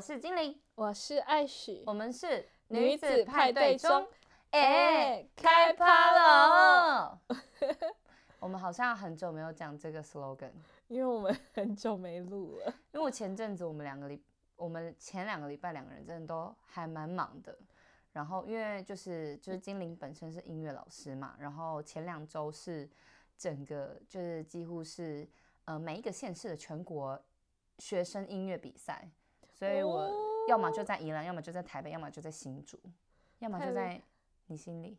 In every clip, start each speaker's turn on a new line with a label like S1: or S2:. S1: 是精灵，
S2: 我是艾许，
S1: 我们是
S2: 女子派对中，
S1: 哎、
S2: 哎
S1: 开
S2: 开
S1: 趴
S2: 趴
S1: 了
S2: 了！
S1: 我们好像很久没有讲这个 slogan，
S2: 因为我们很久没录了，
S1: 因为我前阵子我们两个礼，我们前两个礼拜两个人真的都还蛮忙的。然后因为就是就是精灵本身是音乐老师嘛，然后前两周是整个就是几乎是呃每一个县市的全国学生音乐比赛，所以我
S2: 哦
S1: 要么就在宜兰，要么就在台北，要么就在新竹，要么就
S2: 太厉
S1: 在你心 里。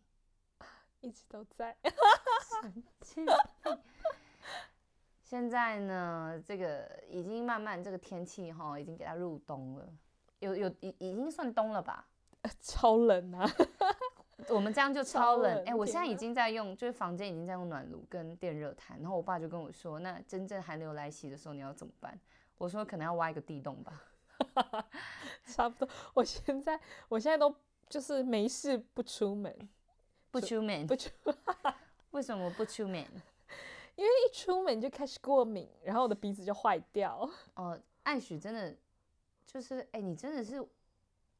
S2: 一直都在。
S1: 现在呢，这个已经慢慢这个天气哈，已经给它入冬了，有有已已经算冬了吧？
S2: 超冷啊！
S1: 我们这样就超冷
S2: 超冷
S1: 哎、我现在
S2: 天
S1: 已
S2: 哪
S1: 经在用，就是房间已经在用暖炉跟电热毯，然后我爸就跟我说，那真正寒流来袭的时候你要怎么办？我说可能要挖一个地洞吧。
S2: 差不多。我现在我现在都就是没事不出门，
S1: 不出门，
S2: 不出
S1: 为什么不出门？
S2: 因为一出门就开始过敏，然后我的鼻子就坏掉。
S1: 哦，艾许真的就是，哎、你真的是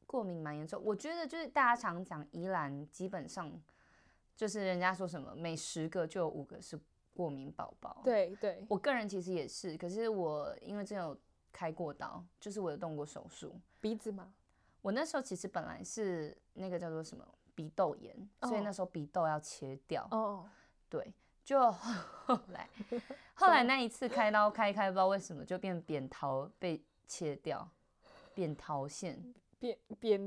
S1: 过敏蛮严重。我觉得就是大家常讲宜兰，基本上就是人家说什么每十个就有五个是过敏宝宝。，
S2: 对对，
S1: 我个人其实也是，可是我因为真的有开过刀，就是我有动过手术。
S2: 鼻子嘛，
S1: 我那时候其实本来是那个叫做什么鼻窦炎，所以
S2: 哦
S1: 那时候鼻窦要切掉。
S2: 哦，
S1: 对，就后 来后来那一次开刀开一开，不知道为什么就变扁桃被切掉，扁桃腺，
S2: 扁扁，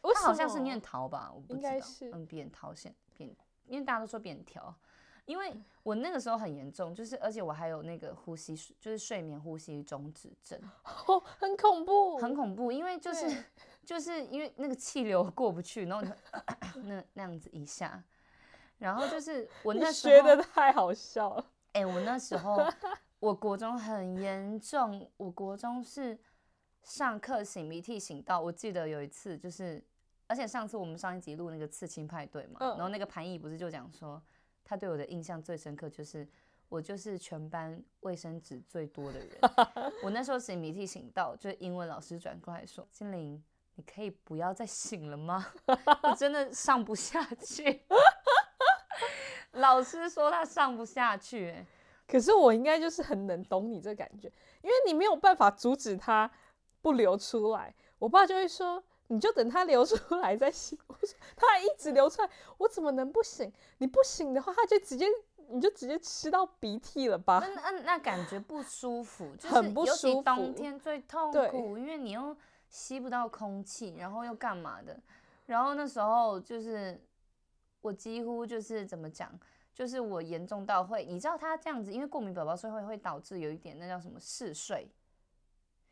S2: 为
S1: 它
S2: 什
S1: 好像是
S2: 么
S1: 念桃吧，我不
S2: 应
S1: 知道
S2: 该，是
S1: 嗯，扁桃腺扁，因为大家都说扁桃。因为我那个时候很严重，就是而且我还有那个呼吸，就是睡眠呼吸中止症，
S2: 哦，很恐怖，
S1: 很恐怖。因为就是
S2: 对
S1: 就是因为那个气流过不去，然后你会 那那样子一下，然后就是我
S2: 你
S1: 那时候
S2: 学的太好笑了。
S1: 哎、我那时候我国中很严重，我国中是上课擤鼻涕擤到，我记得有一次就是，而且上次我们上一集录那个刺青派对嘛，然后
S2: 嗯
S1: 那个潘毅不是就讲说，他对我的印象最深刻就是。我就是全班卫生纸最多的人。我那时候擤鼻涕擤到，就是英文老师转过来说：“金玲，你可以不要再擤了吗？ 我真的上不下去。” 老师说他上不下去、哎，
S2: 可是我应该就是很能懂你这感觉，因为你没有办法阻止它不流出来。我爸就会说，你就等它流出来再醒。 我说它一直流出来，我怎么能不醒？你不醒的话，它就直接你就直接吃到鼻涕了吧？
S1: 那那那感觉不舒服，就是
S2: 啊很不
S1: 尤其
S2: 舒服
S1: 冬天最痛
S2: 对
S1: 苦，因为你又吸不到空气，然后又干嘛的？然后那时候就是我几乎就是怎么讲，就是我严重到会，你知道他这样子，因为过敏宝宝所以会会导致有一点那叫什么嗜睡，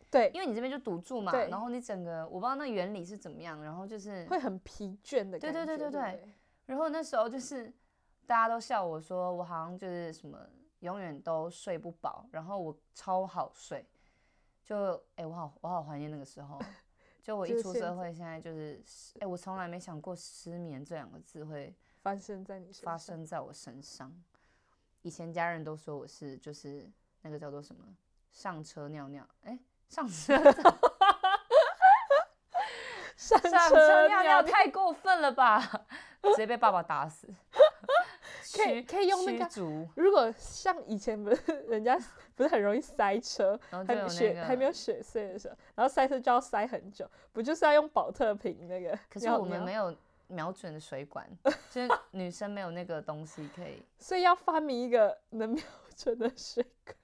S2: 对，
S1: 因为你这边就堵住嘛，
S2: 对
S1: 然后你整个我不知道那原理是怎么样，然后就是
S2: 会很疲倦的
S1: 对对对
S2: 感觉。
S1: 对
S2: 对不
S1: 对然后那时候就是大家都笑我说我好像就是什么永远都睡不饱，然后我超好睡，就哎、我好我好怀念那个时候， 就我
S2: 就
S1: 一
S2: 是
S1: 出
S2: 现
S1: 社
S2: 在
S1: 会，现在就是哎、我从来没想过失眠这两个字会
S2: 发生在你身
S1: 发
S2: 上。
S1: 生在我身上。以前家人都说我是就是那个叫做什么上车尿尿，哎、 上车
S2: 上
S1: 上
S2: 车
S1: 车尿尿
S2: 尿
S1: 太过分了吧， 直接被爸爸打死。
S2: 可
S1: 驱
S2: 以可以用那个
S1: 驱逐
S2: 如果像以前不是 人家不是很容易塞车，
S1: 然后就
S2: 还
S1: 有
S2: 没
S1: 那
S2: 雪、
S1: 个，
S2: 还没有雪碎的时候，然后塞车就要塞很久，不就是要用保特瓶那个尿尿？
S1: 可是我们没有瞄准的水管， 就是女生没有那个东西可以
S2: 所以要发明一个能瞄 准的水管。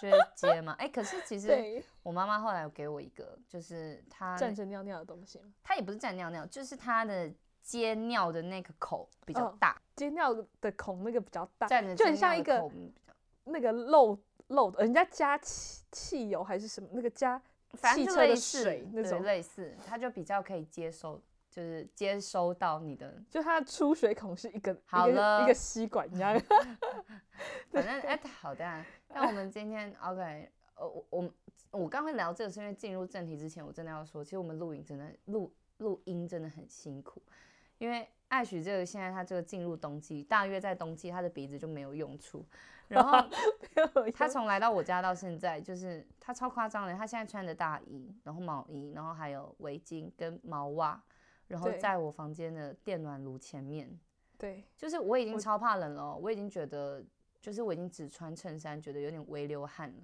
S1: 就是接嘛。哎、可是其实
S2: 对，
S1: 我妈妈后来有给我一个，就是她
S2: 站着尿尿的东西吗，
S1: 她也不是站尿尿，就是她的接尿的那个口比较
S2: 嗯
S1: 大，
S2: 接尿的孔那个比较大，
S1: 站着
S2: 就很
S1: 接
S2: 像
S1: 尿
S2: 一
S1: 的
S2: 个
S1: 口比较
S2: 那个漏漏的，人家加汽汽油还是什么，那个加
S1: 反
S2: 汽
S1: 正就
S2: 车的
S1: 类似
S2: 水那
S1: 对
S2: 种
S1: 类似，她就比较可以接收，就是接收到你的。
S2: 就它的出水孔是一个
S1: 好
S2: 一个
S1: 了
S2: 一个吸管 一样。
S1: 反正哎、好的。那我们今天 OK，呃，我我我刚会聊这个，是因为进入正题之前，我真的要说，其实我们录影真的录录音真的很辛苦，因为艾许这个现在他这个进入冬季，大约在冬季他的鼻子就没有用处，然后他从来到我家到现在，就是他超夸张的。他现在穿着大衣，然后毛衣，然后还有围巾跟毛袜，然后
S2: 对
S1: 在我房间的电暖炉前面。
S2: 对
S1: 就是我已经
S2: 我
S1: 超怕冷了哦，我已经觉得，就是我已经只穿衬衫，觉得有点微流汗了。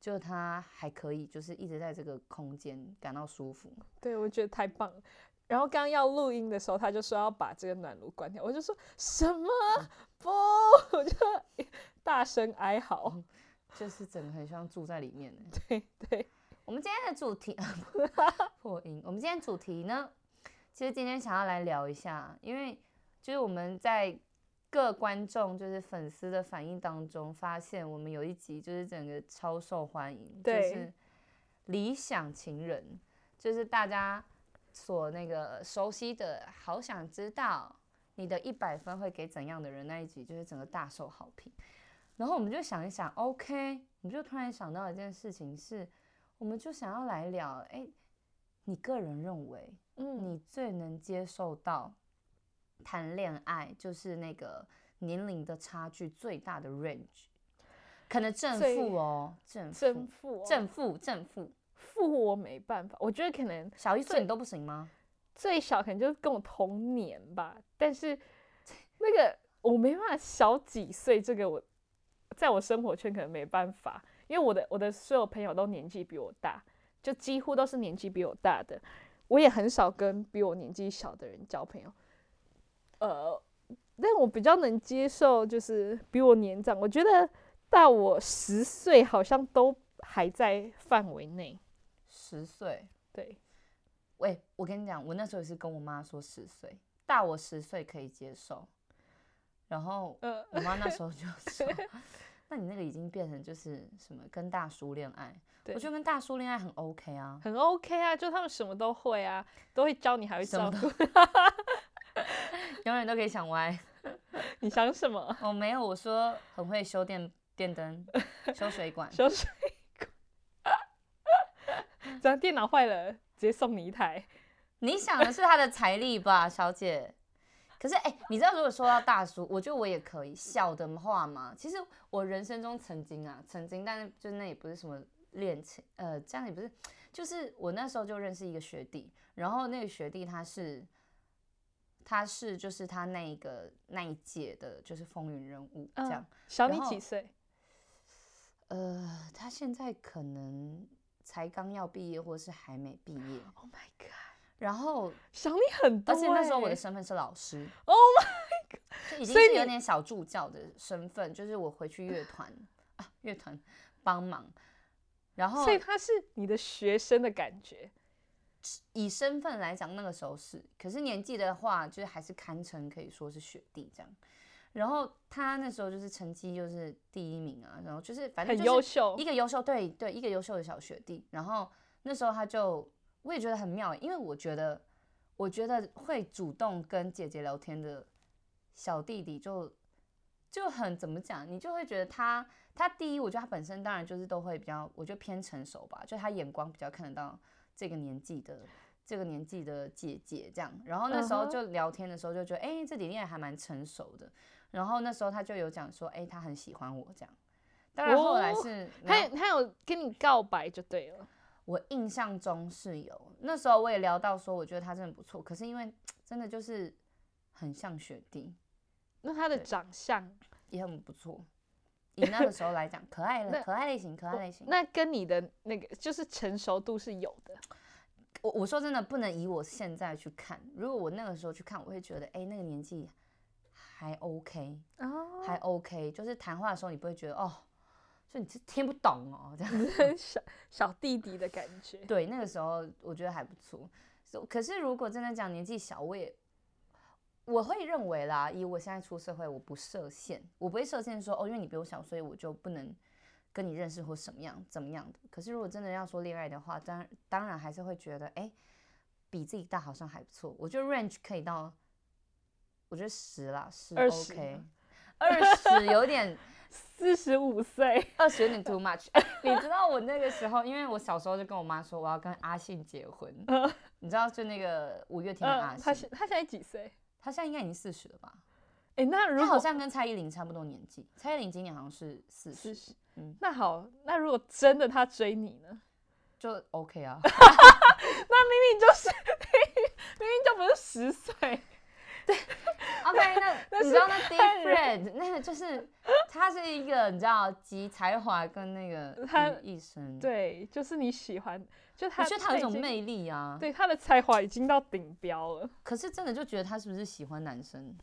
S1: 就他还可以，就是一直在这个空间感到舒服。
S2: 对，我觉得太棒了。然后刚要录音的时候，他就说要把这个暖炉关掉，我就说什么不，我就 大声哀嚎。
S1: 就是整个很像住在里面欸
S2: 对对，
S1: 我们今天的主题 破音，我们今天主题呢，其实今天想要来聊一下，因为就是我们在各观众就是粉丝的反应当中，发现我们有一集就是整个超受欢迎，就
S2: 对
S1: 是理想情人，就是大家所那个熟悉的，好想知道你的一百分会给怎样的人那一集，就是整个大受好评。然后我们就想一想，OK，我们就突然想到一件事情是，我们就想要来聊，哎，你个人认为
S2: 嗯，
S1: 你最能接受到谈恋爱就是那个年龄的差距最大的 range，可能正
S2: 最
S1: 负哦，正负
S2: 正负哦
S1: 正负正负，
S2: 负我没办法，我觉得可能
S1: 小一岁
S2: 最
S1: 你都不行吗？
S2: 最小可能就是跟我同年吧，但是那个我没办法小几岁，这个我在我生活圈可能没办法，因为我的我的所有朋友都年纪比我大，就几乎都是年纪比我大的，我也很少跟比我年纪小的人交朋友。呃，但我比较能接受就是比我年长，我觉得大我十岁好像都还在范围内，
S1: 十岁，
S2: 对，
S1: 喂，我跟你讲，我那时候也是跟我妈说十岁，大我十岁可以接受，然后
S2: 呃，
S1: 我妈那时候就说：“那你那个已经变成就是什么跟大叔恋爱，我
S2: 对
S1: 觉得跟大叔恋爱很 OK 啊。
S2: 很 OK 啊，就他们什么都会啊，都会教你，还会
S1: 什么
S2: 照顾。
S1: 永远都可以想歪。
S2: 你想什么？，
S1: 哦，没有，我说很会修电电灯、修水管
S2: 小水 果，只要电脑坏了，直接送你一台。
S1: 你想的是他的财力吧， 小姐。可是哎、你知道如果说到大叔，我觉得我也可以。小的话嘛，其实我人生中曾经啊，曾经，但是就那也不是什么恋情，呃，这样也不是，就是我那时候就认识一个学弟，然后那个学弟他是。他是就是他那一个那一届的，就是风云人物这样
S2: 嗯。，小
S1: 然
S2: 你
S1: 后
S2: 几岁？
S1: 呃，他现在可能才刚要毕业，或是还没毕业。
S2: ？Oh my god，
S1: 然后
S2: 小你很多、
S1: 而
S2: 欸。
S1: 且那时候我的身份是老师
S2: Oh
S1: my god！就已经
S2: 所以
S1: 是有
S2: 你
S1: 点小助教的身份，就是我回去乐团啊，乐团帮忙，然后
S2: 所以他是你的学生的感觉。
S1: 以身份来讲，那个时候是，可是年纪的话，就是还是堪称可以说是学弟这样。然后他那时候就是成绩就是第一名啊，然后就是反正
S2: 很
S1: 就
S2: 优
S1: 是
S2: 秀
S1: 一个优秀，对对，一个优秀的小学弟。然后那时候他就，我也觉得很妙欸，因为我觉得，我觉得会主动跟姐姐聊天的小弟弟就就很怎么讲，你就会觉得他，他第一，我觉得他本身当然就是都会比较，我觉得偏成熟吧，就他眼光比较看得到这个年纪的。这个年纪的姐姐这样，然后那时候
S2: 嗯哼
S1: 就聊天的时候就觉得，哎、这弟弟还蛮成熟的。然后那时候他就有讲说，哎、他很喜欢我这样。当然后来
S2: 哦
S1: 是没
S2: 他
S1: 有
S2: 有他有跟你告白就对了。
S1: 我印象中是有，那时候我也聊到说，我觉得他真的不错，可是因为真的就是很像学弟，
S2: 那他的
S1: 对
S2: 长相，
S1: 也很不错。以那个时候来讲， 可爱
S2: 那
S1: 了，可爱类型，可爱类型。
S2: 那跟你的那个就是成熟度是有的。
S1: 我我说真的，不能以我现在去看，如果我那个时候去看，我会觉得，哎、那个年纪还 OK，
S2: 哦
S1: 还 OK，就是谈话的时候你不会觉得，哦，就你这听不懂哦这样。
S2: 小小弟弟的感觉。
S1: 对，那个时候我觉得还不错。So- 可是如果真的讲年纪小，我也我会认为啦，以我现在出社会，我不设限，我不会设限说哦，因为你比我小，所以我就不能跟你认识或什么样怎么样的。可是如果真的要说恋爱的话，当当然还是会觉得，哎，比自己大好像还不错。我觉得 range 可以到，我觉得十啦，十
S2: 20
S1: OK，
S2: 吗
S1: 二十有点。
S2: 四十五岁，
S1: 二十有点 too much。你 知道我那个时候，因为我小时候就跟我妈说我要跟阿信结婚，你知道就那个五月天的阿
S2: 嗯嗯，他
S1: 信，
S2: 现他现在几岁？
S1: 他他现在应该已经四十了吧？
S2: 哎、那如
S1: 他好
S2: 果
S1: 像跟蔡依林差不多年纪，蔡依林今年好像是四
S2: 是
S1: 十，
S2: 是
S1: 嗯
S2: 那好，那如果真的他追你呢？
S1: 就 OK 啊。
S2: 明明就是，明明就不是十岁，
S1: OK，那
S2: 那
S1: 你
S2: 是
S1: 知道那
S2: 看
S1: different，那个就是他是一个你知道集才华跟那个
S2: 他
S1: 于一身，，
S2: 对，就是你喜欢，就
S1: 嗯我
S2: 他，
S1: 觉得他有一
S2: 已
S1: 种
S2: 经，
S1: 魅力啊。
S2: 对他的才华已经到顶标了。
S1: 可是真的就觉得他是不是喜欢男生？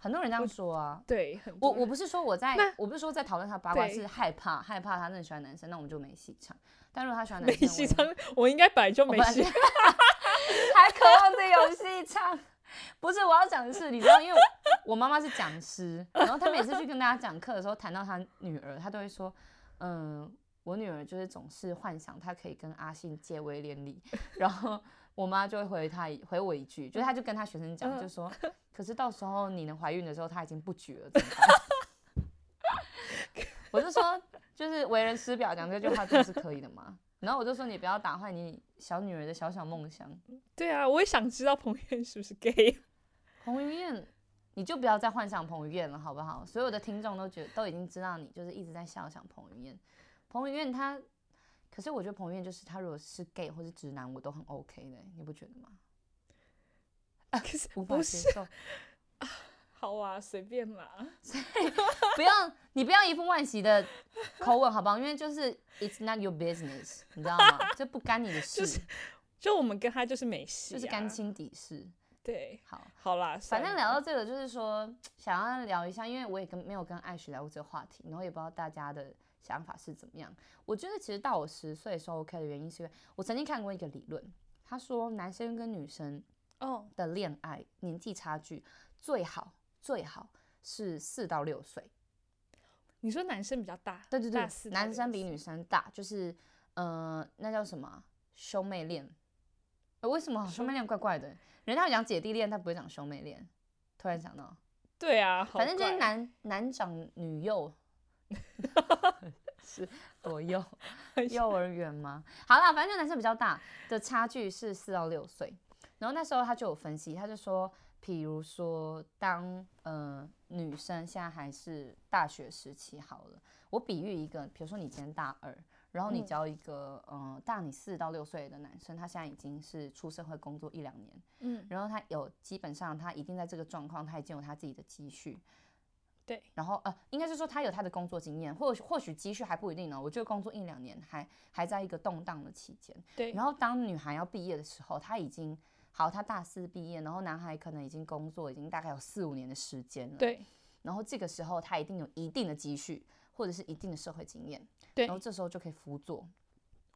S1: 很多人这样说啊。
S2: 对，很
S1: 我
S2: 多
S1: 我不是说我在
S2: 那，
S1: 我不是说在讨论他八卦，
S2: 对
S1: 是害怕害怕他真的喜欢男生，那我们就没戏唱。但如果他喜欢
S2: 没
S1: 男生，我
S2: 戏
S1: 也
S2: 唱，我应该本来就没
S1: 本来
S2: 戏
S1: 就。还渴望自己有戏唱。不是，我要讲的是，你知道，因为我妈妈是讲师，然后她每次去跟大家讲课的时候，谈到她女儿，她都会说，嗯，我女儿就是总是幻想她可以跟阿信借威廉礼， 然后我妈就会回她一回我一句，就是她就跟她学生讲，就说，可是到时候你能怀孕的时候，她已经不举了，怎么办？ 我就说，就是为人师表讲这句话真的是可以的吗？然后我就说，你不要打坏你小女儿的小小梦想。
S2: 对啊，我也想知道彭于晏是不是 gay。
S1: 彭于晏，你就不要再幻想彭于晏了，好不好？所有的听众都觉得都已经知道你就是一直在笑想彭于晏。彭于晏他，可是我觉得彭于晏就是他如果是 gay 或是直男，我都很 OK 的，你不觉得吗？
S2: 可是
S1: 啊无法
S2: 不
S1: 接
S2: 是，
S1: 受，
S2: 好啊，随便啦。
S1: 不要你不要一副惋惜的口吻，好不好？因为就是 it's not your business，你知道吗？这不干你的事， 就是、
S2: 就我们跟他就是没戏、啊，
S1: 干。亲底事。
S2: 对，
S1: 好，
S2: 好啦，
S1: 反
S2: 算
S1: 正
S2: 了
S1: 聊到这个，就是说想要聊一下，因为我也跟没有跟艾许聊过这个话题，然后也不知道大家的想法是怎么样。我觉得其实到我十岁的时候 OK 的原因，是因为我曾经看过一个理论，他说男生跟女生
S2: 哦，
S1: 的恋爱年纪差距最好最好是四到六岁，
S2: 你说男生比较大，
S1: 对对
S2: 大
S1: 对
S2: 四，到
S1: 男
S2: 六
S1: 生比
S2: 岁
S1: 女生大，就是呃，那叫什么啊兄妹恋？呃为什么兄妹恋怪怪的？人家讲姐弟恋，他不会讲兄妹恋。突然想到。
S2: 对啊，好
S1: 反正就是
S2: 怪
S1: 男 男长女幼，是左右 幼儿园吗？好啦，反正就男生比较大的差距是四到六岁。然后那时候他就有分析，他就说，比如说当呃女生现在还是大学时期好了，我比喻一个，比如说你今天大二，然后你
S2: 嗯
S1: 教一个嗯、呃大你四到六岁的男生，他现在已经是出社会工作一两年，
S2: 嗯，
S1: 然后他有基本上他一定在这个状况，他已经有他自己的积蓄，
S2: 对，
S1: 然后呃，应该是说他有他的工作经验，或许或许积蓄还不一定呢。我觉得工作一两年还还在一个动荡的期间。
S2: 对，
S1: 然后当女孩要毕业的时候，她已经好，她大四毕业，然后男孩可能已经工作已经大概有四五年的时间了。。
S2: 对
S1: 然后这个时候他一定有一定的积蓄，或者是一定的社会经验，
S2: 对
S1: 然，后这时候就可以辅佐。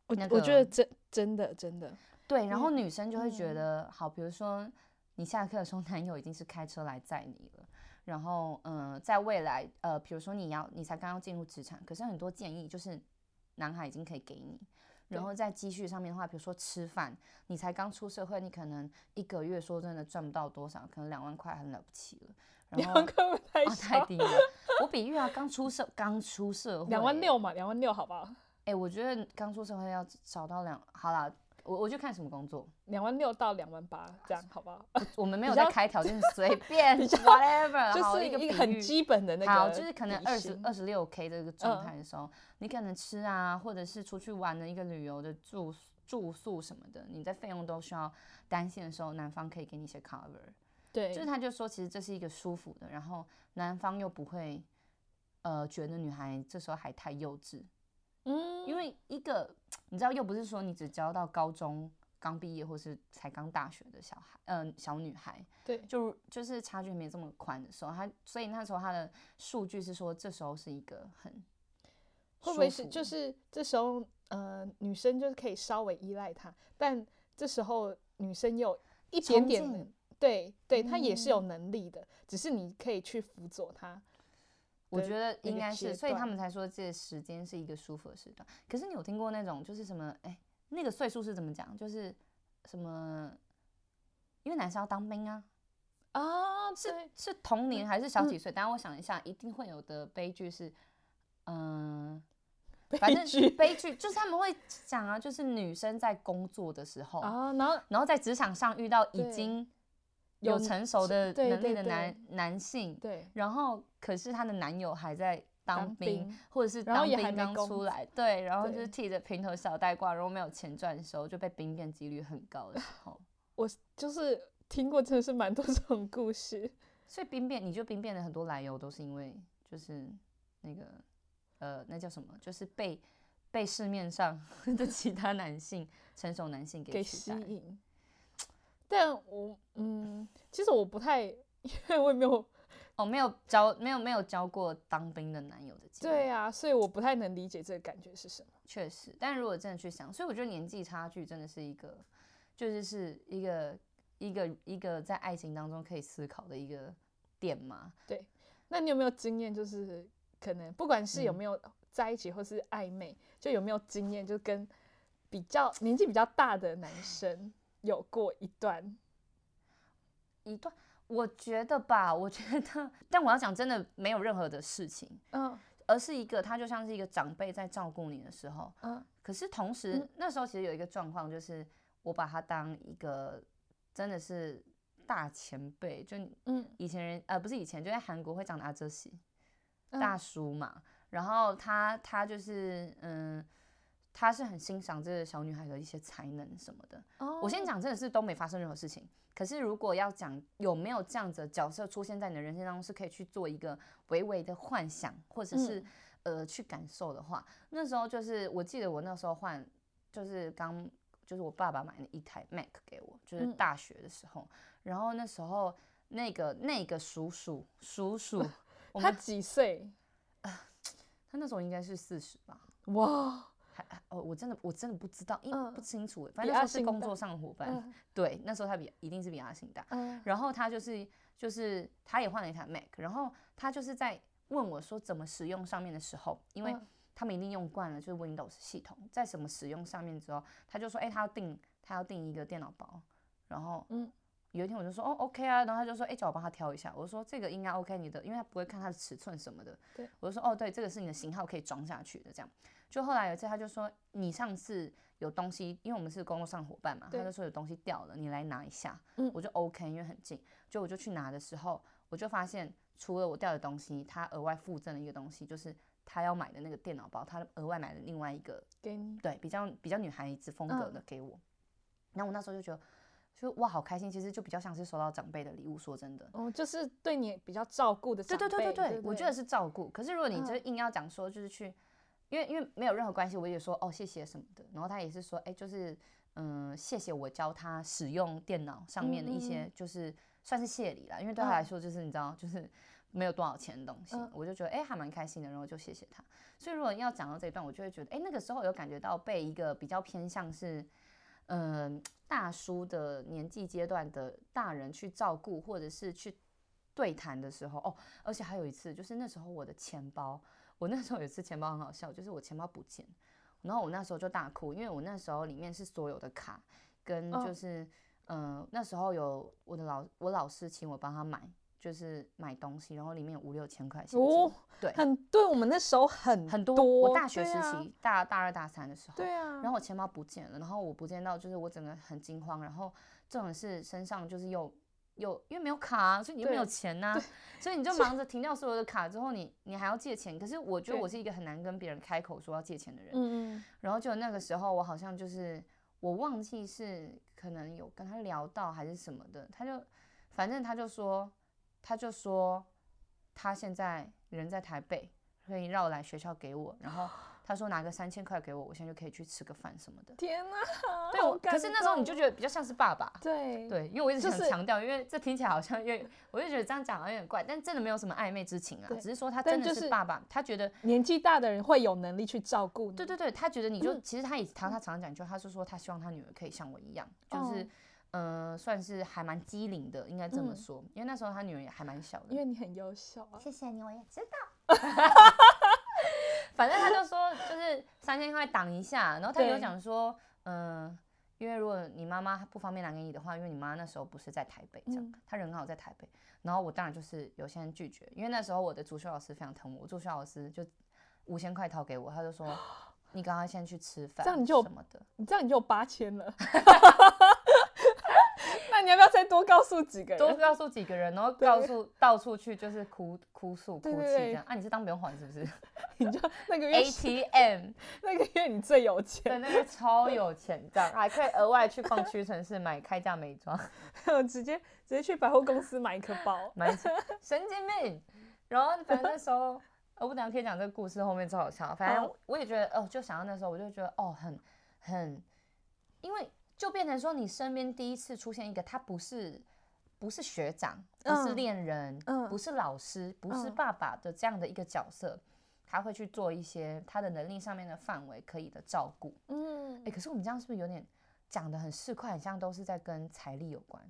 S2: 我
S1: 那
S2: 我觉得
S1: 个
S2: 真真的真 的，
S1: 对，然后
S2: 嗯
S1: 女生就会觉
S2: 嗯
S1: 得，好，比如说你下课的时候，男友已经是开车来载你了，然后，嗯、在未来，呃，比如说你要你才刚刚进入职场，可是很多建议就是男孩已经可以给你。然
S2: 对
S1: 后在积蓄上面的话，比如说吃饭，你才刚出社会，你可能一个月说真的赚不到多少，可能两万块很了不起了。然
S2: 两
S1: 后
S2: 万块太
S1: 啊，太
S2: 少，
S1: 低了。我比喻啊，刚出社刚出社会，
S2: 两万六嘛，两万六好不好？
S1: 哎、我觉得刚出社会要找到两，好啦，我我就看什么工作，
S2: 两万六到两万八这样好不好？
S1: 我我们没有
S2: 比较
S1: 在开条件， 随便
S2: 比较
S1: whatever，
S2: 就
S1: 呃好
S2: 是
S1: 一个比
S2: 很
S1: 喻
S2: 基本的那个，
S1: 好，就是可能二十
S2: 薪
S1: 二十六 k 的一个状
S2: 嗯
S1: 态的时候，你可能吃啊，或者是出去玩的一个旅游的住宿住宿什么的，你在费用都需要担心的时候，男方可以给你一些 cover。
S2: 对，
S1: 就是他就说，其实这是一个舒服的，然后男方又不会呃觉得女孩这时候还太幼稚，
S2: 嗯，
S1: 因为一个你知道，又不是说你只教到高中刚毕业或是才刚大学的小孩，嗯、小女孩，
S2: 对
S1: 就就是差距没这么宽的时候，他所以那时候他的数据是说，这时候是一个很
S2: 会不会
S1: 舒
S2: 是
S1: 服
S2: 就是这时候呃女生就是可以稍微依赖他，但这时候女生有一点
S1: 冲
S2: 点
S1: 劲嗯
S2: 能对对，她也是有能力的，只是你可以去辅佐她。
S1: 我
S2: 的
S1: 觉得
S2: 那
S1: 应
S2: 个
S1: 该
S2: 阶
S1: 是，所以他
S2: 段
S1: 们才说这个时间是一个舒服的时段。可是你有听过那种就是什么，哎、那个岁数是怎么讲？就是什么，因为男生要当兵啊，
S2: 啊，
S1: 是
S2: 对
S1: 是童年还是小
S2: 嗯
S1: 几岁？等一下我想一下，一定会有的悲剧是，嗯、反
S2: 悲
S1: 正
S2: 剧
S1: 悲剧就是他们会讲啊，
S2: 哦
S1: 就是女生在工作的时候，
S2: 啊，然后
S1: 然后在职场上遇到已
S2: 对
S1: 经有
S2: 有
S1: 成熟的
S2: 对
S1: 能力
S2: 对
S1: 的
S2: 对
S1: 男男性，
S2: 对，
S1: 然后可是她的男友还在当
S2: 当
S1: 兵，
S2: 兵
S1: 或者是
S2: 然后
S1: 当
S2: 也还
S1: 兵
S2: 没
S1: 刚
S2: 工
S1: 出
S2: 作
S1: 来，对，然后就是
S2: 对
S1: 剃着平头小带挂，然后没有钱赚的时候就被兵变几率很高的时候，
S2: 就是听过真的是蛮多这种故事。
S1: 所以兵变你就兵变的很多来由都是因为就是那个呃那叫什么，就是被被市面上 的其他男性成熟男性
S2: 给
S1: 给
S2: 吸
S1: 取代。
S2: 引。但我嗯，其实我不太，因为我也没有
S1: 哦，没有交没有没有交过当兵的男友的经历，
S2: 对啊，所以我不太能理解这个感觉是什么。
S1: 确实，但如果真的去想，所以我觉得年纪差距真的是一个，就是是一个一个一个在爱情当中可以思考的一个点嘛。
S2: 那你有没有经验？就是可能不管是有没有在一起或是暧昧，就有没有经验，就跟比较年纪比较大的男生有过一段
S1: 一段，我觉得吧，我觉得，但我要讲真的没有任何的事情，
S2: 嗯
S1: 而是一个他就像是一个长辈在照顾你的时候，
S2: 嗯
S1: 可是同时、
S2: 嗯
S1: 那时候其实有一个状况，就是我把他当一个真的是大前辈，就
S2: 嗯
S1: 以前人呃不是以前就在韩国会讲的阿哲西。
S2: 嗯
S1: 大叔嘛，然后他他就是嗯，他是很欣赏这个小女孩的一些才能什么的。
S2: 哦
S1: 我先讲真的是都没发生任何事情，可是如果要讲有没有这样子的角色出现在你的人生当中，是可以去做一个微微的幻想，或者
S2: 嗯
S1: 是、呃去感受的话，那时候就是我记得我那时候换就是刚就是我爸爸买了一台 Mac 给我，就是
S2: 嗯
S1: 大学的时候，然后那时候那个那个叔叔叔叔。我
S2: 他
S1: 们
S2: 几岁？
S1: 他那时候应该是四十吧，
S2: 哇，
S1: 还还哦，我真的我真的不知道，因、
S2: 嗯
S1: 不清楚欸，反正
S2: 比
S1: 那时
S2: 阿
S1: 候是
S2: 信
S1: 工
S2: 大
S1: 作上的伙伴，
S2: 嗯
S1: 对，那时候他比一定是比阿信大，
S2: 嗯
S1: 然后他就是就是他也换了一台 Mac，然后他就是在问我说怎么使用上面的时候，因为
S2: 嗯
S1: 他们一定用惯了就是 Windows 系统，在什么使用上面之后，他就说哎、他要订他要订一个电脑包，然后
S2: 嗯
S1: 有一天我就说哦 OK 啊，然后他就说哎、叫我帮他挑一下，我说这个应该 OK 你的，因为他不会看它的尺寸什么的，
S2: 对，
S1: 我就说哦对，这个是你的型号可以装下去的这样。就后来有一次他就说你上次有东西，因为我们是工作上伙伴嘛，他
S2: 对
S1: 就说有东西掉了，你来拿一下，
S2: 嗯
S1: 我就 OK，因为很近，就我就去拿的时候，我就发现除了我掉的东西，他额外附赠了一个东西，就是他要买的那个电脑包，他额外买了另外一个
S2: 给你
S1: 对，比较比较女孩子风格
S2: 嗯
S1: 的给我。然后我那时候就觉得，就哇，好开心！其实就比较像是收到长辈的礼物。说真的，
S2: 哦，就是对你比较照顾的
S1: 对
S2: 长辈。
S1: 对对对
S2: 对
S1: 对，
S2: 不
S1: 我觉得是照顾。可是如果你就是硬要讲说，就是去，因为因为没有任何关系，我也说哦谢谢什么的。然后他也是说，哎，就是嗯，谢谢我教他使用电脑上面的一
S2: 嗯嗯
S1: 些，就是算是谢礼啦。因为对他
S2: 嗯
S1: 来说，就是你知道，就是没有多少钱的东西
S2: 嗯，
S1: 我就觉得哎还蛮开心的，然后就谢谢他。所以如果要讲到这一段，我就会觉得，哎，那个时候有感觉到被一个比较偏向是。嗯，大叔的年纪阶段的大人去照顾或者是去对谈的时候，哦，而且还有一次，就是那时候我的钱包，我那时候有一次钱包很好笑，就是我钱包不见，然后我那时候就大哭，因为我那时候里面是所有的卡跟
S2: 哦
S1: 就是，嗯、那时候有我的老我老师请我帮他买，就是买东西，然后里面有五六千块钱，
S2: 哦，
S1: 对，
S2: 很对我们那时候很
S1: 很
S2: 多。啊
S1: 多。我大学时期，大大二大三的时候，
S2: 对啊，对啊，
S1: 然后我钱包不见了，然后我不见到，就是我整个很惊慌，然后这种是身上就是又又因为没有卡、啊，所以你就没有
S2: 对
S1: 钱呐、所以你就忙着停掉所有的卡之后你，你还要借钱。可是我觉得
S2: 对
S1: 我是一个很难跟别人开口说要借钱的人，
S2: 嗯嗯，
S1: 然后就那个时候我好像就是我忘记是可能有跟他聊到还是什么的，他就反正他就说他就说他现在人在台北，可以绕来学校给我，然 后他说拿个三千块给我，我现在就可以去吃个饭什么的。
S2: 天哪、
S1: 对，
S2: 啊好
S1: 我可是
S2: 感
S1: 那时候你就
S2: 动
S1: 觉得比较像是爸爸。
S2: 对
S1: 对，因为我一直
S2: 就
S1: 想
S2: 是
S1: 强调，因为这听起来好像越，我就觉得这样讲好像有点怪，但真的没有什么暧昧之情啊，
S2: 对
S1: 只是说他
S2: 但
S1: 真的
S2: 就是是
S1: 爸爸，他觉得，
S2: 年纪大的人会有能力去照顾你。
S1: 对对对，他觉得你就，
S2: 嗯
S1: 其实他也常他常常讲一句话，他是说他希望他女儿可以像我一样，就是
S2: 哦，
S1: 嗯、呃，算是还蛮机灵的，应该这么
S2: 嗯
S1: 说，因为那时候他女儿也还蛮小的
S2: 因，为你很优秀啊。
S1: 谢谢你，我也知道。 反正他就说，就是三千块挡一下，然后他
S2: 对
S1: 有讲说，嗯、因为如果你妈妈不方便拿给你的话，因为你妈那时候不是在台北，这样
S2: 嗯，
S1: 她、人刚好在台北，然后我当然就是有先拒绝，因为那时候我的主修老师非常疼我，我主修老师就五千块掏给我，他就 说你刚刚先去吃饭，
S2: 这样你 就
S1: 什么的，
S2: 你这样你就有八千了。那啊，你要不要再多告诉几个
S1: 多
S2: 人？
S1: 告诉几个人，然后
S2: 对
S1: 告诉到处去就是哭哭诉哭
S2: 对
S1: 泣
S2: 对
S1: 这
S2: 对
S1: 样啊？你是当不用还是不是
S2: 你就那个月
S1: ？ATM
S2: 那个月你最有钱
S1: 对，，那个超有钱这 样，还可以额外去逛屈臣氏买开价美妆，
S2: 直接直接去百货公司买一颗包。
S1: 蛮神经病。然后反正那时候，呃，我等一下可以讲这个故事，后面超好笑。反正
S2: 好
S1: 我也觉得，哦，就想到那时候，我就觉得，哦，很很，因为就变成说，你身边第一次出现一个，他不是不是学长，不是
S2: 嗯
S1: 恋人，
S2: 嗯
S1: 不是老师，不是
S2: 嗯
S1: 爸爸的这样的一个角色。他会去做一些他的能力上面的范围可以的照顾，
S2: 嗯
S1: 哎、，可是我们这样是不是有点讲的很市侩，很像都是在跟财力有关？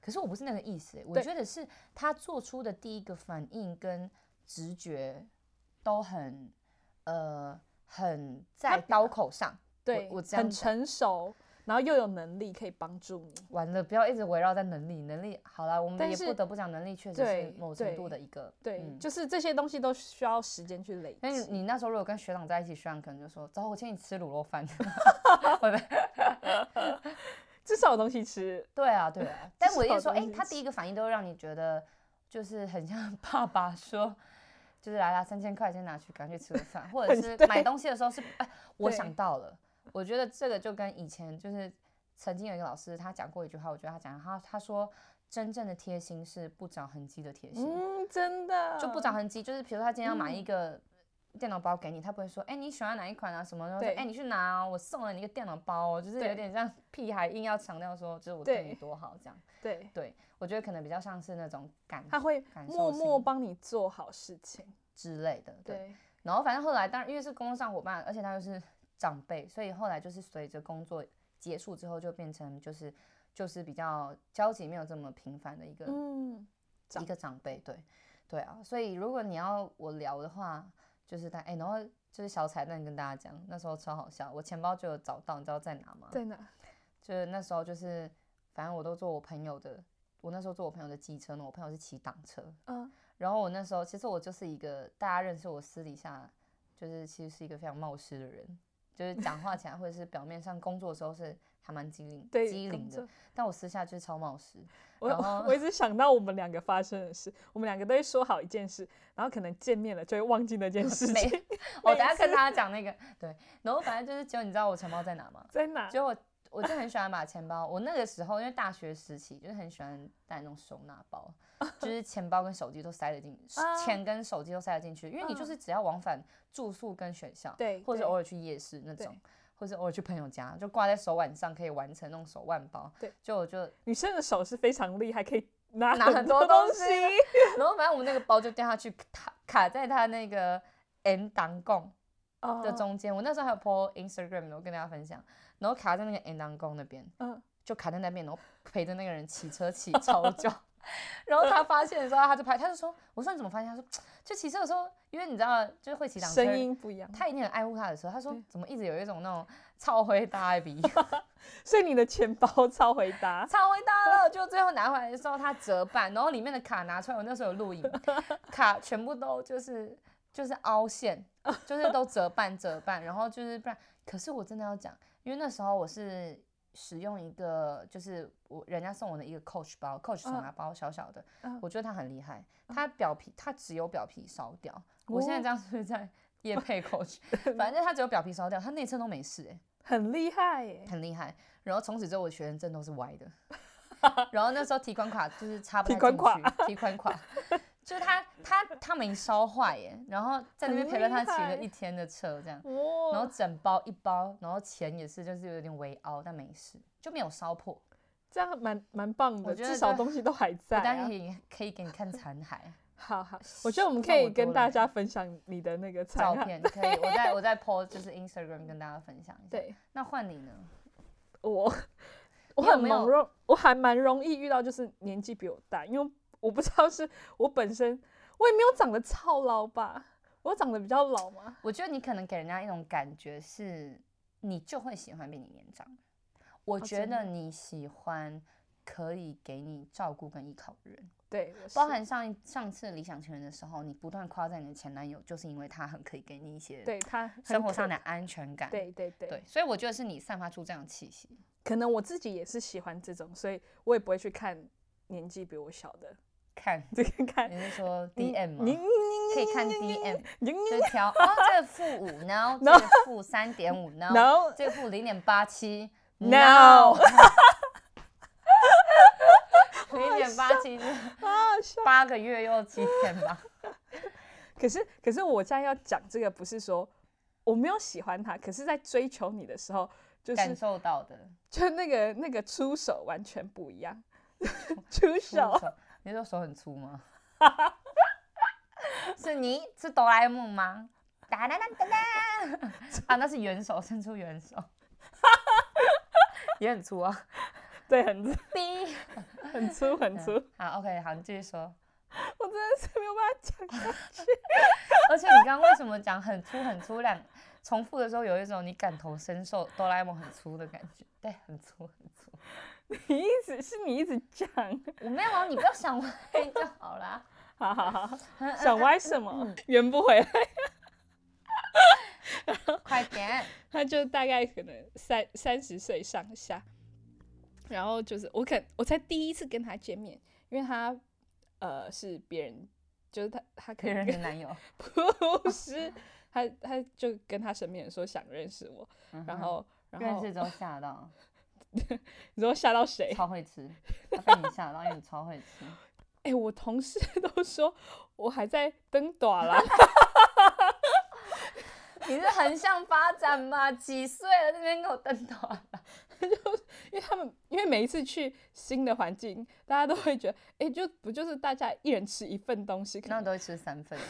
S1: 可是我不是那个意思欸、我
S2: 对
S1: 觉得是他做出的第一个反应跟直觉都很呃很在刀口上。
S2: 对，
S1: 我这样
S2: 很成熟，然后又有能力可以帮助你。
S1: 完了，不要一直围绕在能力，能力好啦，我们
S2: 但
S1: 也
S2: 是
S1: 不得不讲，能力确实是
S2: 对
S1: 某程度的
S2: 对
S1: 一个
S2: 对，
S1: 嗯
S2: 就是这些东西都需要时间去累
S1: 那你
S2: 积。
S1: 你那时候如果跟学长在一起，学长可能就说：“走，我请你吃卤肉 饭。 我的”
S2: 至少有东西吃，
S1: 对啊，对啊。但我
S2: 是
S1: 也
S2: 好
S1: 说，哎、
S2: 东西
S1: 他第一个反应都会让你觉得，就是很像 爸爸说，就是来啦，三千块先拿去，赶紧吃个饭，或者
S2: 很
S1: 是
S2: 对
S1: 买东西的时候是，哎、我
S2: 对
S1: 想到了，我觉得这个就跟以前就是曾经有一个老师他讲过一句话，我觉得他讲他他说真正的贴心是不着痕迹的贴心，
S2: 嗯，真的
S1: 就不着痕迹，就是比如说他今天要买一
S2: 嗯
S1: 个。电脑包给你，他不会说，哎、你喜欢哪一款啊？什么的？
S2: 对
S1: 哎、你去拿、哦，我送了你一个电脑包哦，就是有
S2: 对
S1: 点像屁孩硬要强调说，就是我对你
S2: 对
S1: 多好这样。
S2: 对，
S1: 对，我觉得可能比较像是那种感
S2: 他会
S1: 嗯感受
S2: 默默
S1: 性
S2: 帮你做好事情。
S1: 之类的。对，
S2: 对，
S1: 然后反正后来当然因为是工作上伙伴，而且他又是长辈，所以后来就是随着工作结束之后，就变成就是就是比较交集没有这么频繁的一个、
S2: 嗯，
S1: 一
S2: 长
S1: 个长辈。对，对啊，所以如果你要我聊的话，就是他哎、然后就是小彩蛋跟大家讲，那时候超好笑，我钱包就有找到，你知道在哪吗？
S2: 在哪？
S1: 就是那时候就是反正我都坐我朋友的，我那时候坐我朋友的机车呢，我朋友是骑挡车。
S2: 嗯，
S1: 然后我那时候其实我就是一个大家认识我私底下就是其实是一个非常冒失的人，就是讲话起来或者是表面上工作的时候是还蛮机灵
S2: 对，
S1: 机灵
S2: 工
S1: 的
S2: 作，。
S1: 但我私下就是超冒失。
S2: 我
S1: 然后
S2: 我我一直想到我们两个发生的事，我们两个都会说好一件事，然后可能见面了就会忘记那件 事
S1: 没
S2: 情。
S1: 我等
S2: 每
S1: 下跟
S2: 次
S1: 大家讲那个对，然后反正就是结果你知道我钱包在哪吗？
S2: 在哪？
S1: 结果我我就很喜欢把钱包，我那个时候因为大学时期就是很喜欢带那种收纳包，就是钱包跟手机都塞得 进，
S2: 啊
S1: 钱跟手机都塞得进去，因为你就
S2: 嗯
S1: 是只要往返住宿跟学校，
S2: 对
S1: 或者
S2: 对
S1: 偶尔去夜市那
S2: 对
S1: 种，或者偶尔去朋友家，就挂在手腕上可以完成那种手腕包，
S2: 对，
S1: 就 我就
S2: 女生的手是非常厉害，可以拿
S1: 拿很
S2: 多
S1: 多东
S2: 东
S1: 西 然后反正我们那个包就掉下去卡卡在他那个 N 档供。
S2: 哦
S1: 的中间，我那时候还有 po Instagram，的我跟大家分享，然后卡在那个 N 当宫那边，
S2: 嗯
S1: 就卡在那边，然后陪着那个人骑车骑超久。 然后他发现的时候，他就拍，他就说：“我说你怎么发现？”他说：“就骑车的时候，因为你知道，就是会骑挡车，
S2: 声音不一样，
S1: 他一定很爱护他的车。他说
S2: 对
S1: 怎么一直有一种那种超回答的鼻音，
S2: 所以你的钱包超回 答，
S1: 超回答了，就最后拿回来的时候，他折半，然后里面的卡拿出来，我那时候有录 影，卡全部都就是就是凹陷，就是都折半折半，然后就是不然，可是我真的要讲，因为那时候我是使用一个就是我人家送我的一个 Coach 包，Coach 手拿包小小的，
S2: 嗯
S1: 我觉得它很厉害，它表皮它只有表皮烧掉，我现在
S2: 哦
S1: 这样是不是在夜配 Coach？反正它只有表皮烧掉，它内侧都没事、欸，
S2: 很厉害耶。
S1: 很厉害。然后从此之后，我学生证都是歪的。 然后那时候提款卡就是插不
S2: 提
S1: 太进
S2: 款
S1: 去，提款卡就是他他他没烧坏耶，然后在那边
S2: 很
S1: 陪着他
S2: 厉
S1: 骑了
S2: 害
S1: 一天的车这样，然后
S2: 哇，
S1: 整包一包，然后钱也是就是有点微凹，但没事，就没有烧破。
S2: 这样蛮蛮棒
S1: 我
S2: 的，
S1: 觉得
S2: 至少
S1: 这
S2: 东西都还在
S1: 我当
S2: 啊
S1: 然。也可以给你看残骸
S2: 好好，我觉得我们
S1: 那
S2: 可
S1: 我
S2: 以
S1: 多
S2: 跟
S1: 了
S2: 大家分享你的那个
S1: 照
S2: 残骸。
S1: 片，可以我在我在 po 就是 Instagram 跟大家分享一下。，
S2: 对
S1: 那换你呢？
S2: 我，我
S1: 你有
S2: 很
S1: 没有
S2: 容容，我还蛮容易遇到就是年纪比我大，因为我不知道是我本身，我也没有长得操劳吧，我长得比较老嘛。
S1: 我觉得你可能给人家一种感觉是，你就会喜欢比你年长的。我觉
S2: 哦真
S1: 得
S2: 的
S1: 你喜欢可以给你照顾跟依靠的人，
S2: 对，我
S1: 包
S2: 是
S1: 含上一上次理想情人的时候，你不断夸赞你的前男友，就是因为他很可以给你一些
S2: 对他很
S1: 生活
S2: 可
S1: 上的安全感。
S2: 对对对
S1: 对，所以我觉得是你散发出这样的气息。
S2: 可能我自己也是喜欢这种，所以我也不会去看年纪比我小的
S1: 看，
S2: 这个看。嗯
S1: 你是说 DM
S2: 你你
S1: 吗？可以看 DM，
S2: 你你
S1: 就是 调哦，这个负五 no，这
S2: ，no
S1: 个负三点五 no，
S2: no
S1: 这个负零点八七
S2: No
S1: 零点八七是
S2: 啊！笑
S1: 八个月又几天 吧？
S2: 可是可是我现在要讲这个，不是说我没有喜欢他，可是在追求你的时候，就
S1: 感
S2: 是
S1: 受到 的，
S2: 就那个那个出手完全不 一样，出
S1: 出
S2: 手
S1: 手，你说手很粗吗？ 是你是哆啦 A 梦吗？哒哒哒哒哒！啊，那是元首，伸出元首， 也很粗啊。
S2: 对，很
S1: 哔，
S2: 很粗
S1: 嗯
S2: 很粗，
S1: 好，OK，好，你继续说。
S2: 我真的是没有办法讲。
S1: 而且你刚刚为什么讲很粗很粗两重复的时候，有一种你感同身受哆啦 A 梦很粗的感觉，对，很粗很粗。
S2: 你一直是你一直讲，
S1: 我没有啊，你不要想歪就好啦。
S2: 好好 好，
S1: 嗯
S2: 想歪什么？圆不回来。
S1: 快点，
S2: 他就大概可能三三十岁上下，然后就是我可我才第一次跟他见面，因为他呃是别人，就是他他可
S1: 别
S2: 能
S1: 人的
S2: 跟
S1: 男友，
S2: 不是 他他就跟他身边人说想认识我，
S1: 嗯哼
S2: 然后然
S1: 认
S2: 后
S1: 识之后吓 到，
S2: 你说吓到谁？
S1: 超会吃，他被你吓到，因为你超会吃。
S2: 哎、我同事 都说我还在登短啦，
S1: 你是横向发展吧？几岁了那边给我瞪到啊？
S2: 因为他们因为每一次去新的环境，大家都会觉得哎、就不就是大家一人吃一份东西，可
S1: 那
S2: 能
S1: 我都会吃三份了，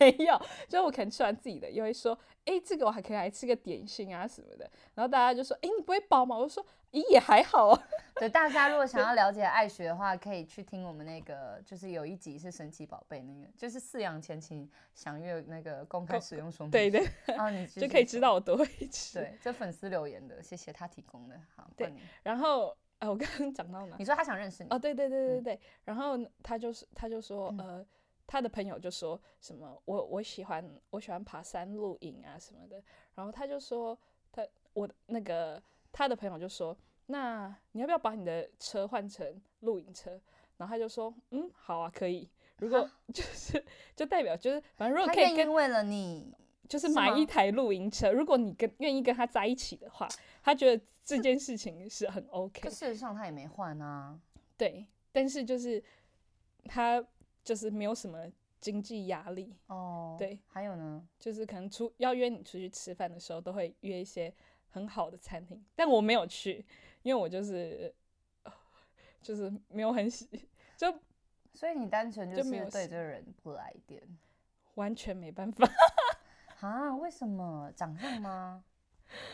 S2: 没有，就我可能吃完自己的，又会说，哎、这个我还可以来吃个点心啊什么的。然后大家就说，哎、你不会饱吗？我就说，咦，也还好啊。
S1: 对大家如果想要了解爱学的话，可以去听我们那个，就是有一集是神奇宝贝那个，就是饲养前请详阅那个公开使用说明。
S2: 对对，
S1: 啊，你继续
S2: 就可以知道我多会吃。
S1: 说。，对，这粉丝留言的，谢谢他提供的。好，
S2: 对
S1: 换你，
S2: 然后，呃，我刚刚讲到哪
S1: 你？说他想认识你
S2: 哦，，对对对
S1: 嗯
S2: 对对。然后呢他就是，他就说，呃，他的朋友就说什么，我我喜欢我喜欢爬山露营啊什么的。然后他就说，他我的那个他的朋友就说，那你要不要把你的车换成露营车？然后他就说，嗯，好啊，可以。如果就是就代表就是，反正如果
S1: 他
S2: 可以
S1: 愿意
S2: 跟
S1: 为了你，
S2: 就是
S1: 是
S2: 买
S1: 吗
S2: 一台露营车，如果你跟愿意跟他在一起的话，他觉得这件事情是很 OK
S1: 可。事实上他也没换啊。
S2: 对，但是就是他就是没有什么经济压力，
S1: 哦，
S2: 对，
S1: 还有呢，
S2: 就是可能出要约你出去吃饭的时候，都会约一些很好的餐厅，但我没有去，因为我就是呃就是没有很喜，就
S1: 所以你单纯就
S2: 就没
S1: 是
S2: 有
S1: 对
S2: 事
S1: 这个人不来电
S2: 完全没办法。
S1: 啊？为什么？长相吗？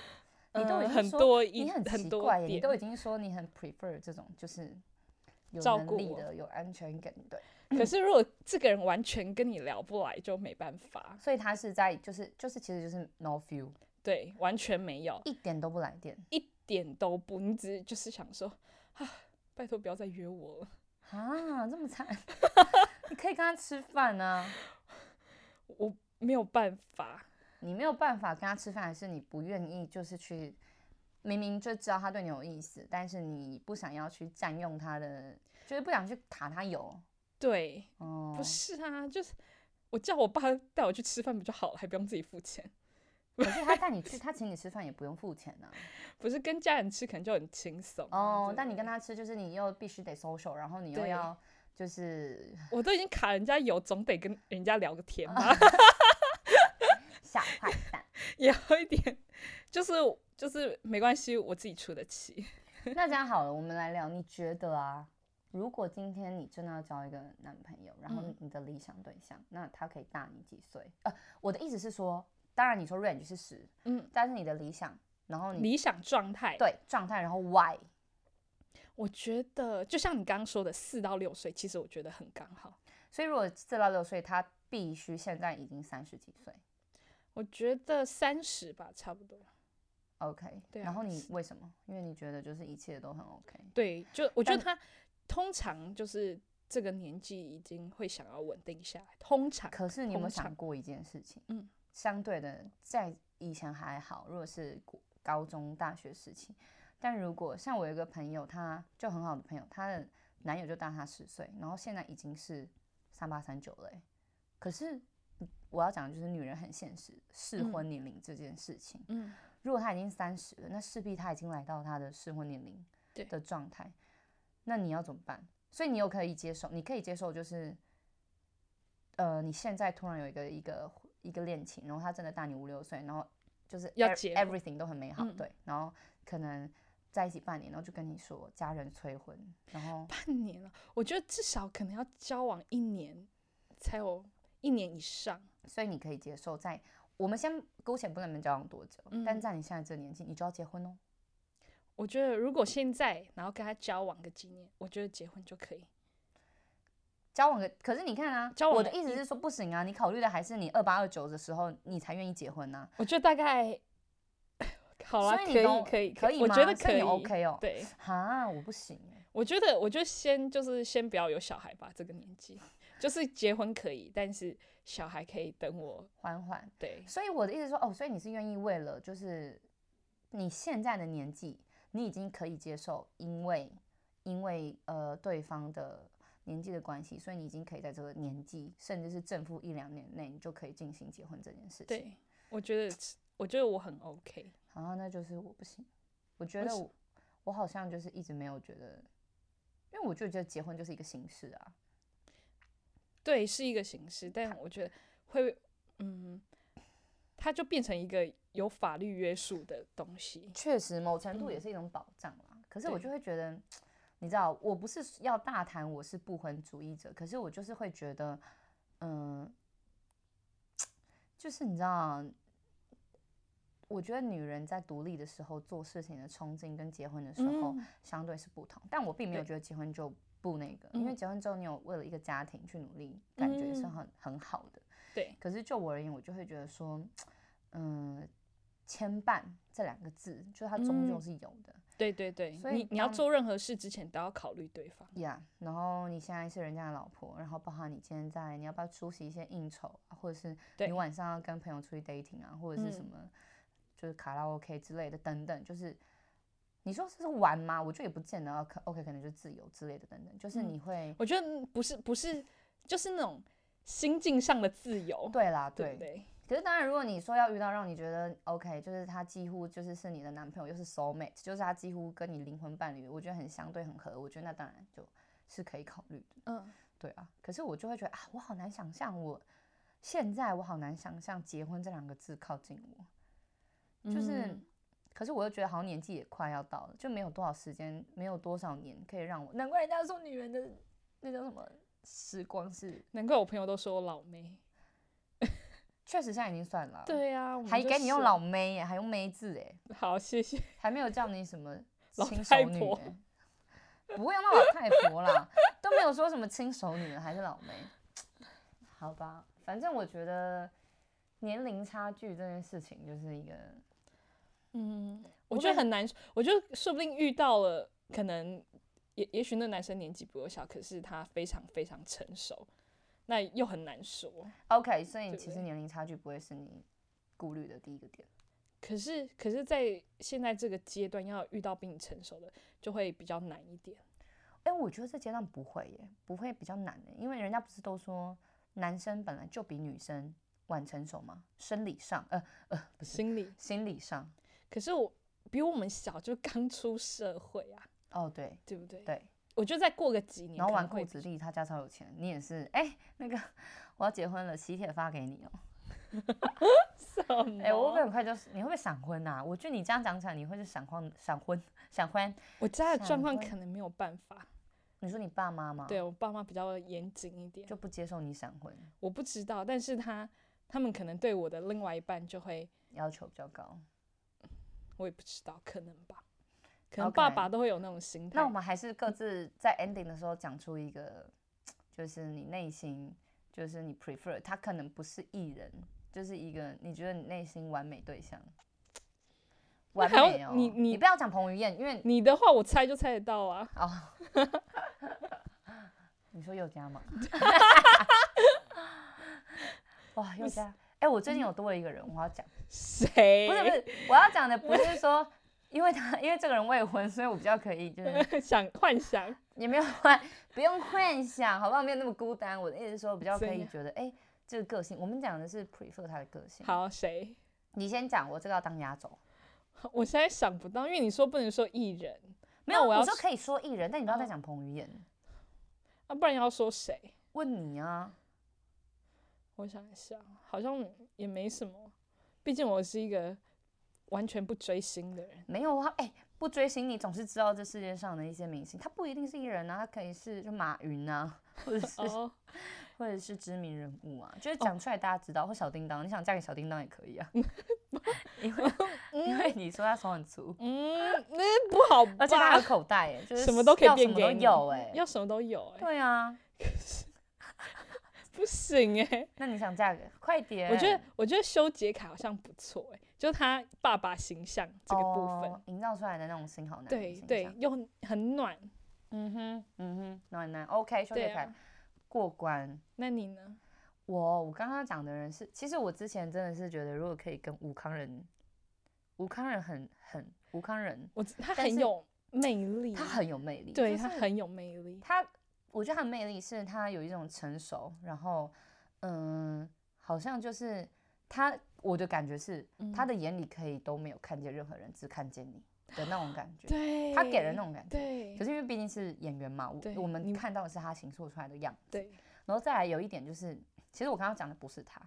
S1: 你
S2: 呃
S1: 都已经
S2: 很
S1: 说
S2: 多一
S1: 你很奇
S2: 多
S1: 怪耶，你
S2: 点
S1: 都已经说你很 prefer 这种就是有
S2: 照
S1: 能
S2: 顾
S1: 力
S2: 我
S1: 的、有安全感的，
S2: 可是如果这个人完全跟你聊不来，就没办法，
S1: 所以他是在就是就是其实就是 no feel，
S2: 对，完全没有。
S1: 一点都不来电
S2: 一点都不，你只是就是想说啊，拜托不要再约我了。
S1: 啊，这么惨， 你可以跟他吃饭啊，
S2: 我没有办法，
S1: 你没有办法跟他吃饭，还是你不愿意就是去。明明就知道他对你有意思，但是你不想要去占用他的，就是不想去卡他油。
S2: 对，
S1: 哦，
S2: 不是啊，就是我叫我爸 带我去吃饭不就好了，还不用自己付钱。
S1: 可是他带你去，他请你吃饭也不用付钱啊呐、
S2: 不是跟家人吃可能就很轻松啊
S1: 哦，但你跟
S2: 对
S1: 他吃，就是你又必须得 social，然后你又
S2: 对
S1: 要就是
S2: 我都已经卡人家油，总得跟人家聊个天吧，
S1: 哦下坏蛋。
S2: 也有一点，就是就是没关系，我自己出得起。
S1: 那这样好了，我们来聊，你觉得啊，如果今天你真的要交一个男朋友，然后
S2: 嗯
S1: 你的理想对象，那他可以大你几岁？呃，我的意思是说，当然你说 range 是十，
S2: 嗯，
S1: 但是你的理想，然后哦你
S2: 理想状态，
S1: 对状态，然后 why？
S2: 我觉得就像你刚刚说的，四到六岁，其实我觉得很刚好。
S1: 所以如果四到六岁，他必须现在已经三十几岁
S2: 我觉得三十吧，差不多。
S1: ，OK？
S2: 对啊
S1: 然后你为什么？因为你觉得就是一切都很 OK。
S2: 对，就我觉
S1: 但
S2: 得他通常就是这个年纪已经会想要稳定下来，通常
S1: 可是你有没有
S2: 通
S1: 想
S2: 常
S1: 过一件事情？
S2: 嗯，
S1: 相对的，在以前还好，如果是国高中、大学时期，但如果像我有一个朋友，她就很好的朋友，她的男友就大她十岁，然后现在已经是三八三九了欸、可是嗯我要讲的就是女人很现实，适
S2: 嗯
S1: 婚年龄这件事情，
S2: 嗯，
S1: 如果她已经三十了，那势必她已经来到她的适婚年龄
S2: 对
S1: 的状态，那你要怎么办？所以你又可以接受，你可以接受就是，呃，你现在突然有一个一个一个恋情，然后他真的大你五六岁，然后就是
S2: 要
S1: e-
S2: 结婚
S1: everything 都很美好，
S2: 嗯
S1: 对，然后可能在一起半年，然后就跟你说家人催婚，然后
S2: 半年了，我觉得至少可能要交往一年才有一年以上。
S1: 所以你可以接受在。我们先姑且不论你们交往多久，但
S2: 嗯
S1: 在你现在这个年纪，你就要结婚哦。
S2: 我觉得如果现在然后跟他交往个几年，我觉得结婚就可以。
S1: 交往个，可是你看啊，
S2: 交往
S1: 我的
S2: 了
S1: 意思是说不行啊，你考虑的还是你二八二九的时候你才愿意结婚啊呐、
S2: 我觉得大概好啦，
S1: 所以
S2: 可
S1: 你
S2: 以
S1: 懂
S2: 可以
S1: 可以
S2: 我
S1: 吗
S2: 觉得
S1: 所
S2: 可
S1: 以
S2: 以
S1: 你 OK 哦
S2: 对，
S1: 哈，我不行欸
S2: 我觉得我就先就是先不要有小孩吧，这个年纪就是结婚可以，但是小孩可以等我。
S1: 缓缓。
S2: 对，
S1: 所以我的意思是说，哦，所以你是愿意为了就是你现在的年纪，你已经可以接受，因为因为呃对方的年纪的关系，所以你已经可以在这个年纪，甚至是正负一两年内，你就可以进行结婚这件事情。，
S2: 对，我觉得我觉得我很 OK。
S1: 然后那就是我不行，我觉
S2: 为
S1: 得
S2: 什
S1: 我我好像就是一直没有觉得，因为我就觉得结婚就是一个形式啊。
S2: 对，是一个形式，但我觉得会，嗯，它就变成一个有法律约束的东西。
S1: 确实，某程度也
S2: 嗯
S1: 是一种保障啦。可是我
S2: 对
S1: 就会觉得，你知道，我不是要大谈我是不婚主义者，可是我就是会觉得，嗯、就是你知道，我觉得女人在独立的时候做事情的冲劲跟结婚的时候、
S2: 嗯
S1: 相对是不同，但我并没有
S2: 对
S1: 觉得结婚就不那个，因为
S2: 嗯
S1: 结婚之后你有为了一个家庭去努力，感觉是
S2: 嗯
S1: 很很好的。
S2: 对，
S1: 可是就我而言，我就会觉得说，嗯，牵绊这两个字，就它终究
S2: 嗯
S1: 是有的
S2: 对对对，
S1: 所以
S2: 你你要
S1: 当
S2: 做任何事之前都要考虑对方。
S1: 呀。Yeah, 然后你现在是人家的老婆，然后包含你今天在，你要不要出席一些应酬啊，或者是
S2: 对
S1: 你晚上要跟朋友出去 dating 啊，或者是什
S2: 嗯
S1: 么，就是卡拉 OK 之类的等等，就是。你说是玩吗？我觉得也不见得可 OK，可能就自由之类的等等，就是
S2: 嗯
S1: 你会、
S2: 我觉得不是不是，就是那种心境上的自由，
S1: 对啦，对
S2: 对不。对？
S1: 可是当然，如果你说要遇到让你觉得 OK，就是他几乎就是是你的男朋友，又是 soul mate，就是他几乎跟你灵魂伴侣，我觉得很相对很合，我觉得那当然就是可以考虑的，
S2: 嗯，
S1: 对啊。可是我就会觉得啊，我好难想象我现在我好难想象结婚这两个字靠近我，就是，
S2: 嗯
S1: 可是我又觉得好像年纪也快要到了，就没有多少时间，没有多少年可以让我，难怪人家说女人的那叫什么时光是，
S2: 难怪我朋友都说我老妹。
S1: 确实现在已经算了啊，
S2: 对啊，我们
S1: 还
S2: 就
S1: 给你用
S2: 是
S1: 老妹耶，还用妹字哎。
S2: 好，谢谢。
S1: 还没有叫你什么
S2: 老
S1: 亲手
S2: 太
S1: 女、
S2: 婆
S1: 欸，不用那老太婆啦，都没有说什么亲手女还是老妹，好吧，反正我觉得年龄差距这件事情就是一个，
S2: 嗯，我
S1: 我
S2: 觉得
S1: 感
S2: 很难说，我觉得说不定遇到了，可能也也许那男生年纪比我小，可是他非常非常成熟，那又很难说。
S1: OK，所以
S2: 对
S1: 其实年龄差距不会是你顾虑的第一个点。
S2: 可是可是，在现在这个阶段，要遇到比你成熟的，就会比较难一点。
S1: 哎、我觉得这阶段不会耶，不会比较难的，因为人家不是都说男生本来就比女生晚成熟吗？生理上，呃呃，不是
S2: 心里，
S1: 心理上，
S2: 可是我比我们小，就刚出社会啊，
S1: 哦对
S2: 对不对？
S1: 对，
S2: 我觉得再过个几年，
S1: 然后
S2: 可
S1: 纨
S2: 能会
S1: 绔子弟，他家超有钱，你也是，哎、那个我要结婚了，喜帖发给你哦、
S2: 什
S1: 哎、我会不会
S2: 么
S1: 很快就是你会不会闪婚啊？我觉得你这样讲起来，你会是闪婚、闪婚、闪婚。
S2: 我家的
S1: 闪
S2: 状况
S1: 婚
S2: 可能没有办法，
S1: 你说你爸妈吗？，
S2: 对我爸妈比较严谨一点，
S1: 啊就不接受你闪婚，
S2: 我不知道，但是他他们可能对我的另外一半就会，
S1: 要求比较高。
S2: 我也不知道，可能吧，可能爸
S1: OK
S2: 爸都会有那种心态。
S1: 那我们还是各自在 ending 的时候讲出一个，就是你内心，就是你 prefer，他可能不是艺人，就是一个你觉得你内心完美对象。完
S2: 还要
S1: 美哦、
S2: 你
S1: 你
S2: 你
S1: 不要讲彭于晏，因为
S2: 你的话，我猜就猜得到啊。
S1: 哦，你说佑 嘉吗？哇，佑
S2: 嗯
S1: 嘉，哎、我最近有多了一个人，我要讲，
S2: 谁？
S1: 不是不是，我要讲的不是说因为他因为这个人未婚，所以我比较可以 就是
S2: 想幻想，
S1: 也没有幻，不用幻想，好不好？没有那么孤单。我的意思是说，比较可
S2: 怎
S1: 以
S2: 样
S1: 觉得，哎、这个个性，我们讲的是 prefer 他的个性。，
S2: 好谁？
S1: 你先讲，我这个要当压轴。
S2: 我现在想不到，因为你说不能说艺人，
S1: 没有，
S2: 那我要哦
S1: 说
S2: 说
S1: 可以说艺人，但你不要再讲彭于晏。
S2: 啊，不然要说谁？
S1: 问你啊，
S2: 我想一想，好像也没什么，毕竟我是一个完全不追星的人。
S1: 没有啊？哎、不追星，你总是知道这世界上的一些明星，他不一定是艺人啊，他可以是就马云啊， 或者是、
S2: 哦，
S1: 或者是知名人物啊，就是讲出来大家知道，或小叮当，你想嫁给小叮当也可以啊，
S2: 嗯
S1: 因 为因为你说他手很粗，
S2: 嗯，那不好
S1: 而且他还有
S2: 吧？
S1: 口袋 耶，就是
S2: 什么都可以
S1: 要
S2: 变
S1: 什么
S2: 给
S1: 都
S2: 你，
S1: 有哎，
S2: 要什么都有哎、
S1: 对啊，
S2: 不行哎、
S1: 那你想嫁给快点？
S2: 我觉得我觉得修杰楷好像不错哎、就他爸爸形象这个部分，
S1: 哦营造出来的那种新好男人
S2: 对
S1: 形
S2: 对
S1: 象，
S2: 又很很暖。
S1: 嗯哼嗯哼，暖男 OK，修
S2: 对
S1: 杰楷
S2: 啊，
S1: 过关。
S2: 那你呢？
S1: 我我刚刚讲的人是，其实我之前真的是觉得，如果可以跟吴康仁，吴康仁很很吴康仁，
S2: 我他
S1: 但
S2: 很
S1: 是
S2: 有魅力，啊
S1: 他很有魅力，
S2: 对
S1: 就
S2: 他
S1: 是
S2: 很有魅力。
S1: 他，我觉得他的魅力是他有一种成熟，然后嗯，好像就是他，我的感觉是、他
S2: 嗯
S1: 的眼里可以都没有看见任何人，只看 见你的那种感觉，
S2: 对，
S1: 他给人那种感觉。
S2: 对
S1: 可是因为毕竟是演员嘛，我
S2: 对
S1: 我
S2: 你
S1: 们看到的是他形塑出来的样子。
S2: 对，
S1: 然后再来有一点就是，其实我刚刚讲的不是他，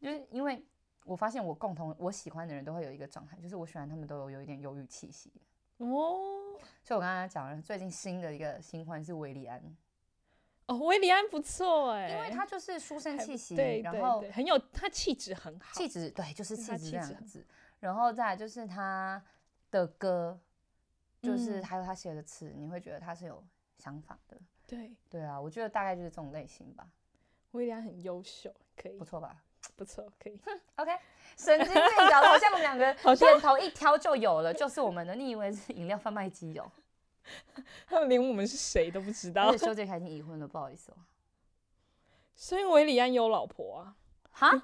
S1: 就是因为我发现我共同我喜欢的人都会有一个状态，就是我喜欢他们都有有一点忧郁气息。
S2: 哦
S1: 所以我刚刚讲了，最近新的一个新欢是维利安，
S2: 哦，维里安不错哎、
S1: 因为他就是书生
S2: 还
S1: 气息，
S2: 对
S1: 然
S2: 对
S1: 后
S2: 对很有他气质很好，
S1: 气质对，就是
S2: 因为
S1: 气
S2: 他
S1: 质这
S2: 气质
S1: 样
S2: 很
S1: 子。然后再来就是他的歌，就是
S2: 嗯
S1: 还有他写的词，你会觉得他是有想法的。
S2: 对，
S1: 对啊，我觉得大概就是这种类型吧，
S2: 维里安很优秀，可以
S1: 不错吧？
S2: 不错，可以。
S1: OK，神经病搞得好像我们两个
S2: 好像
S1: 念头一挑就有了，就是我们的。你以为是饮料贩卖机 哦？
S2: 他们连我们是谁都不知道
S1: 而，且修杰楷已经已婚了，不好意 思哦。
S2: 所以维里安有老婆啊，
S1: 哈？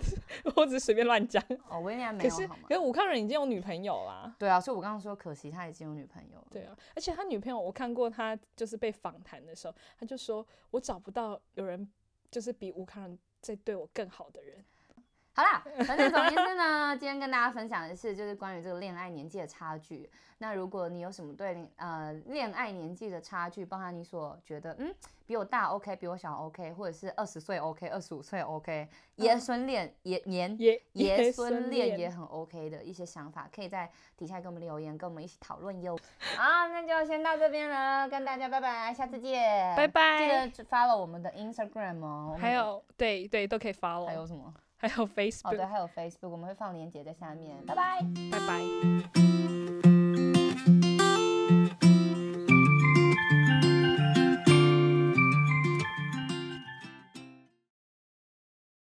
S2: 我只是随便乱讲。
S1: 哦，威廉没
S2: 可
S1: 有
S2: 是
S1: 好吗
S2: 可？是武康人已经有女朋友啦，
S1: 对啊，所以我刚刚说可惜他已经有女朋友了。
S2: 对啊，而且他女朋友我看过他就是被访谈的时候，他就说我找不到有人就是比武康人在对我更好的人。
S1: 好 啦，反正总而言之呢，今天跟大家分享的是就是关于这个恋爱年纪的差距。那如果你有什么对恋呃恋爱年纪的差距，包含你所觉得嗯比我大 OK，比我小 OK，或者是二十岁 OK，二十五岁 OK，爷
S2: 嗯
S1: 孙恋爷年
S2: 爷
S1: 爷孙恋也很 OK 的一些想法，可以在底下给我们留言，跟我们一起讨论哟。好，那就先到这边了，跟大家拜拜，下次见，
S2: 拜。拜。
S1: 记得 follow 我们的 Instagram 哦，我们
S2: 还有对对都可以 follow，
S1: 还有什么？
S2: 还有
S1: 哦，对，
S2: Facebook，
S1: 还有 Facebook，我们会放链接在下面，拜拜。
S2: 拜拜。